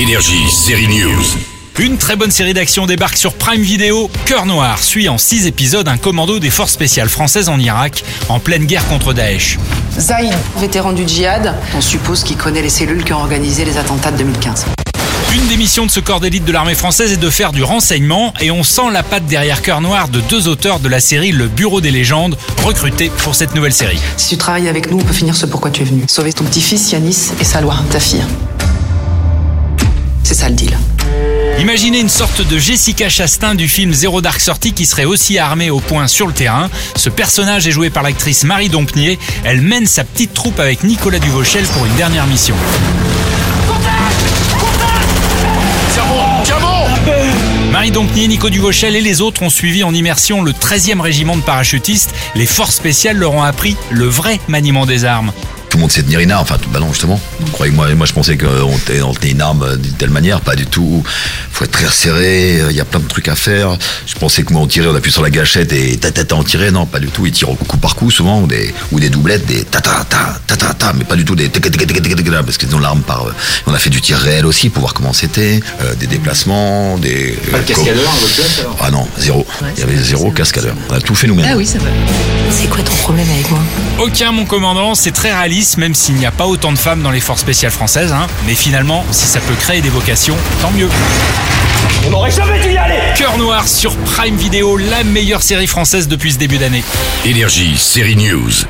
Énergie, série News. Une très bonne série d'actions débarque sur Prime Video. Cœur Noir suit en 6 épisodes un commando des forces spéciales françaises en Irak, en pleine guerre contre Daesh. Zaïd, vétéran du djihad, on suppose qu'il connaît les cellules qui ont organisé les attentats de 2015. Une des missions de ce corps d'élite de l'armée française est de faire du renseignement et on sent la patte derrière Cœur Noir de deux auteurs de la série Le Bureau des légendes, recrutés pour cette nouvelle série. Si tu travailles avec nous, on peut finir ce pourquoi tu es venu. Sauver ton petit-fils Yanis et Salwa, ta fille. C'est ça le deal. Imaginez une sorte de Jessica Chastain du film Zéro Dark Sortie qui serait aussi armée au point sur le terrain. Ce personnage est joué par l'actrice Marie Dompnier. Elle mène sa petite troupe avec Nicolas Duvauchel pour une dernière mission. Marie Dompnier, Nico Duvauchel et les autres ont suivi en immersion le 13e régiment de parachutistes. Les forces spéciales leur ont appris le vrai maniement des armes. tout le monde sait tenir une arme. Enfin, tout- bah non, justement. Croyez-moi, moi je pensais qu'on tenait on tenait une arme euh, d'une telle manière, pas du tout. Faut être très resserré, il y a plein de trucs à faire. Je pensais que moi on tirait, on appuie sur la gâchette et tatata on tirait. Non, pas du tout. Ils tirent au coup par coup souvent, ou des, ou des doublettes, des tatata, tatata, mais pas du tout des tic- tic- tic- tic- tic- là, parce qu'ils ont l'arme par. euh, On a fait du tir réel aussi pour voir comment c'était, euh, des déplacements, des. Pas de cascadeur, Ah non, zéro. Il y avait zéro cascadeur. On a tout fait nous-mêmes. ça va. C'est quoi ton problème avec moi Aucun, mon commandant, c'est très réaliste, même s'il n'y a pas autant de femmes dans les forces spéciales françaises. hein. Mais finalement, si ça peut créer des vocations, tant mieux. On n'aurait jamais dû y aller Cœur Noir sur Prime Video, la meilleure série française depuis ce début d'année. Énergie, série News.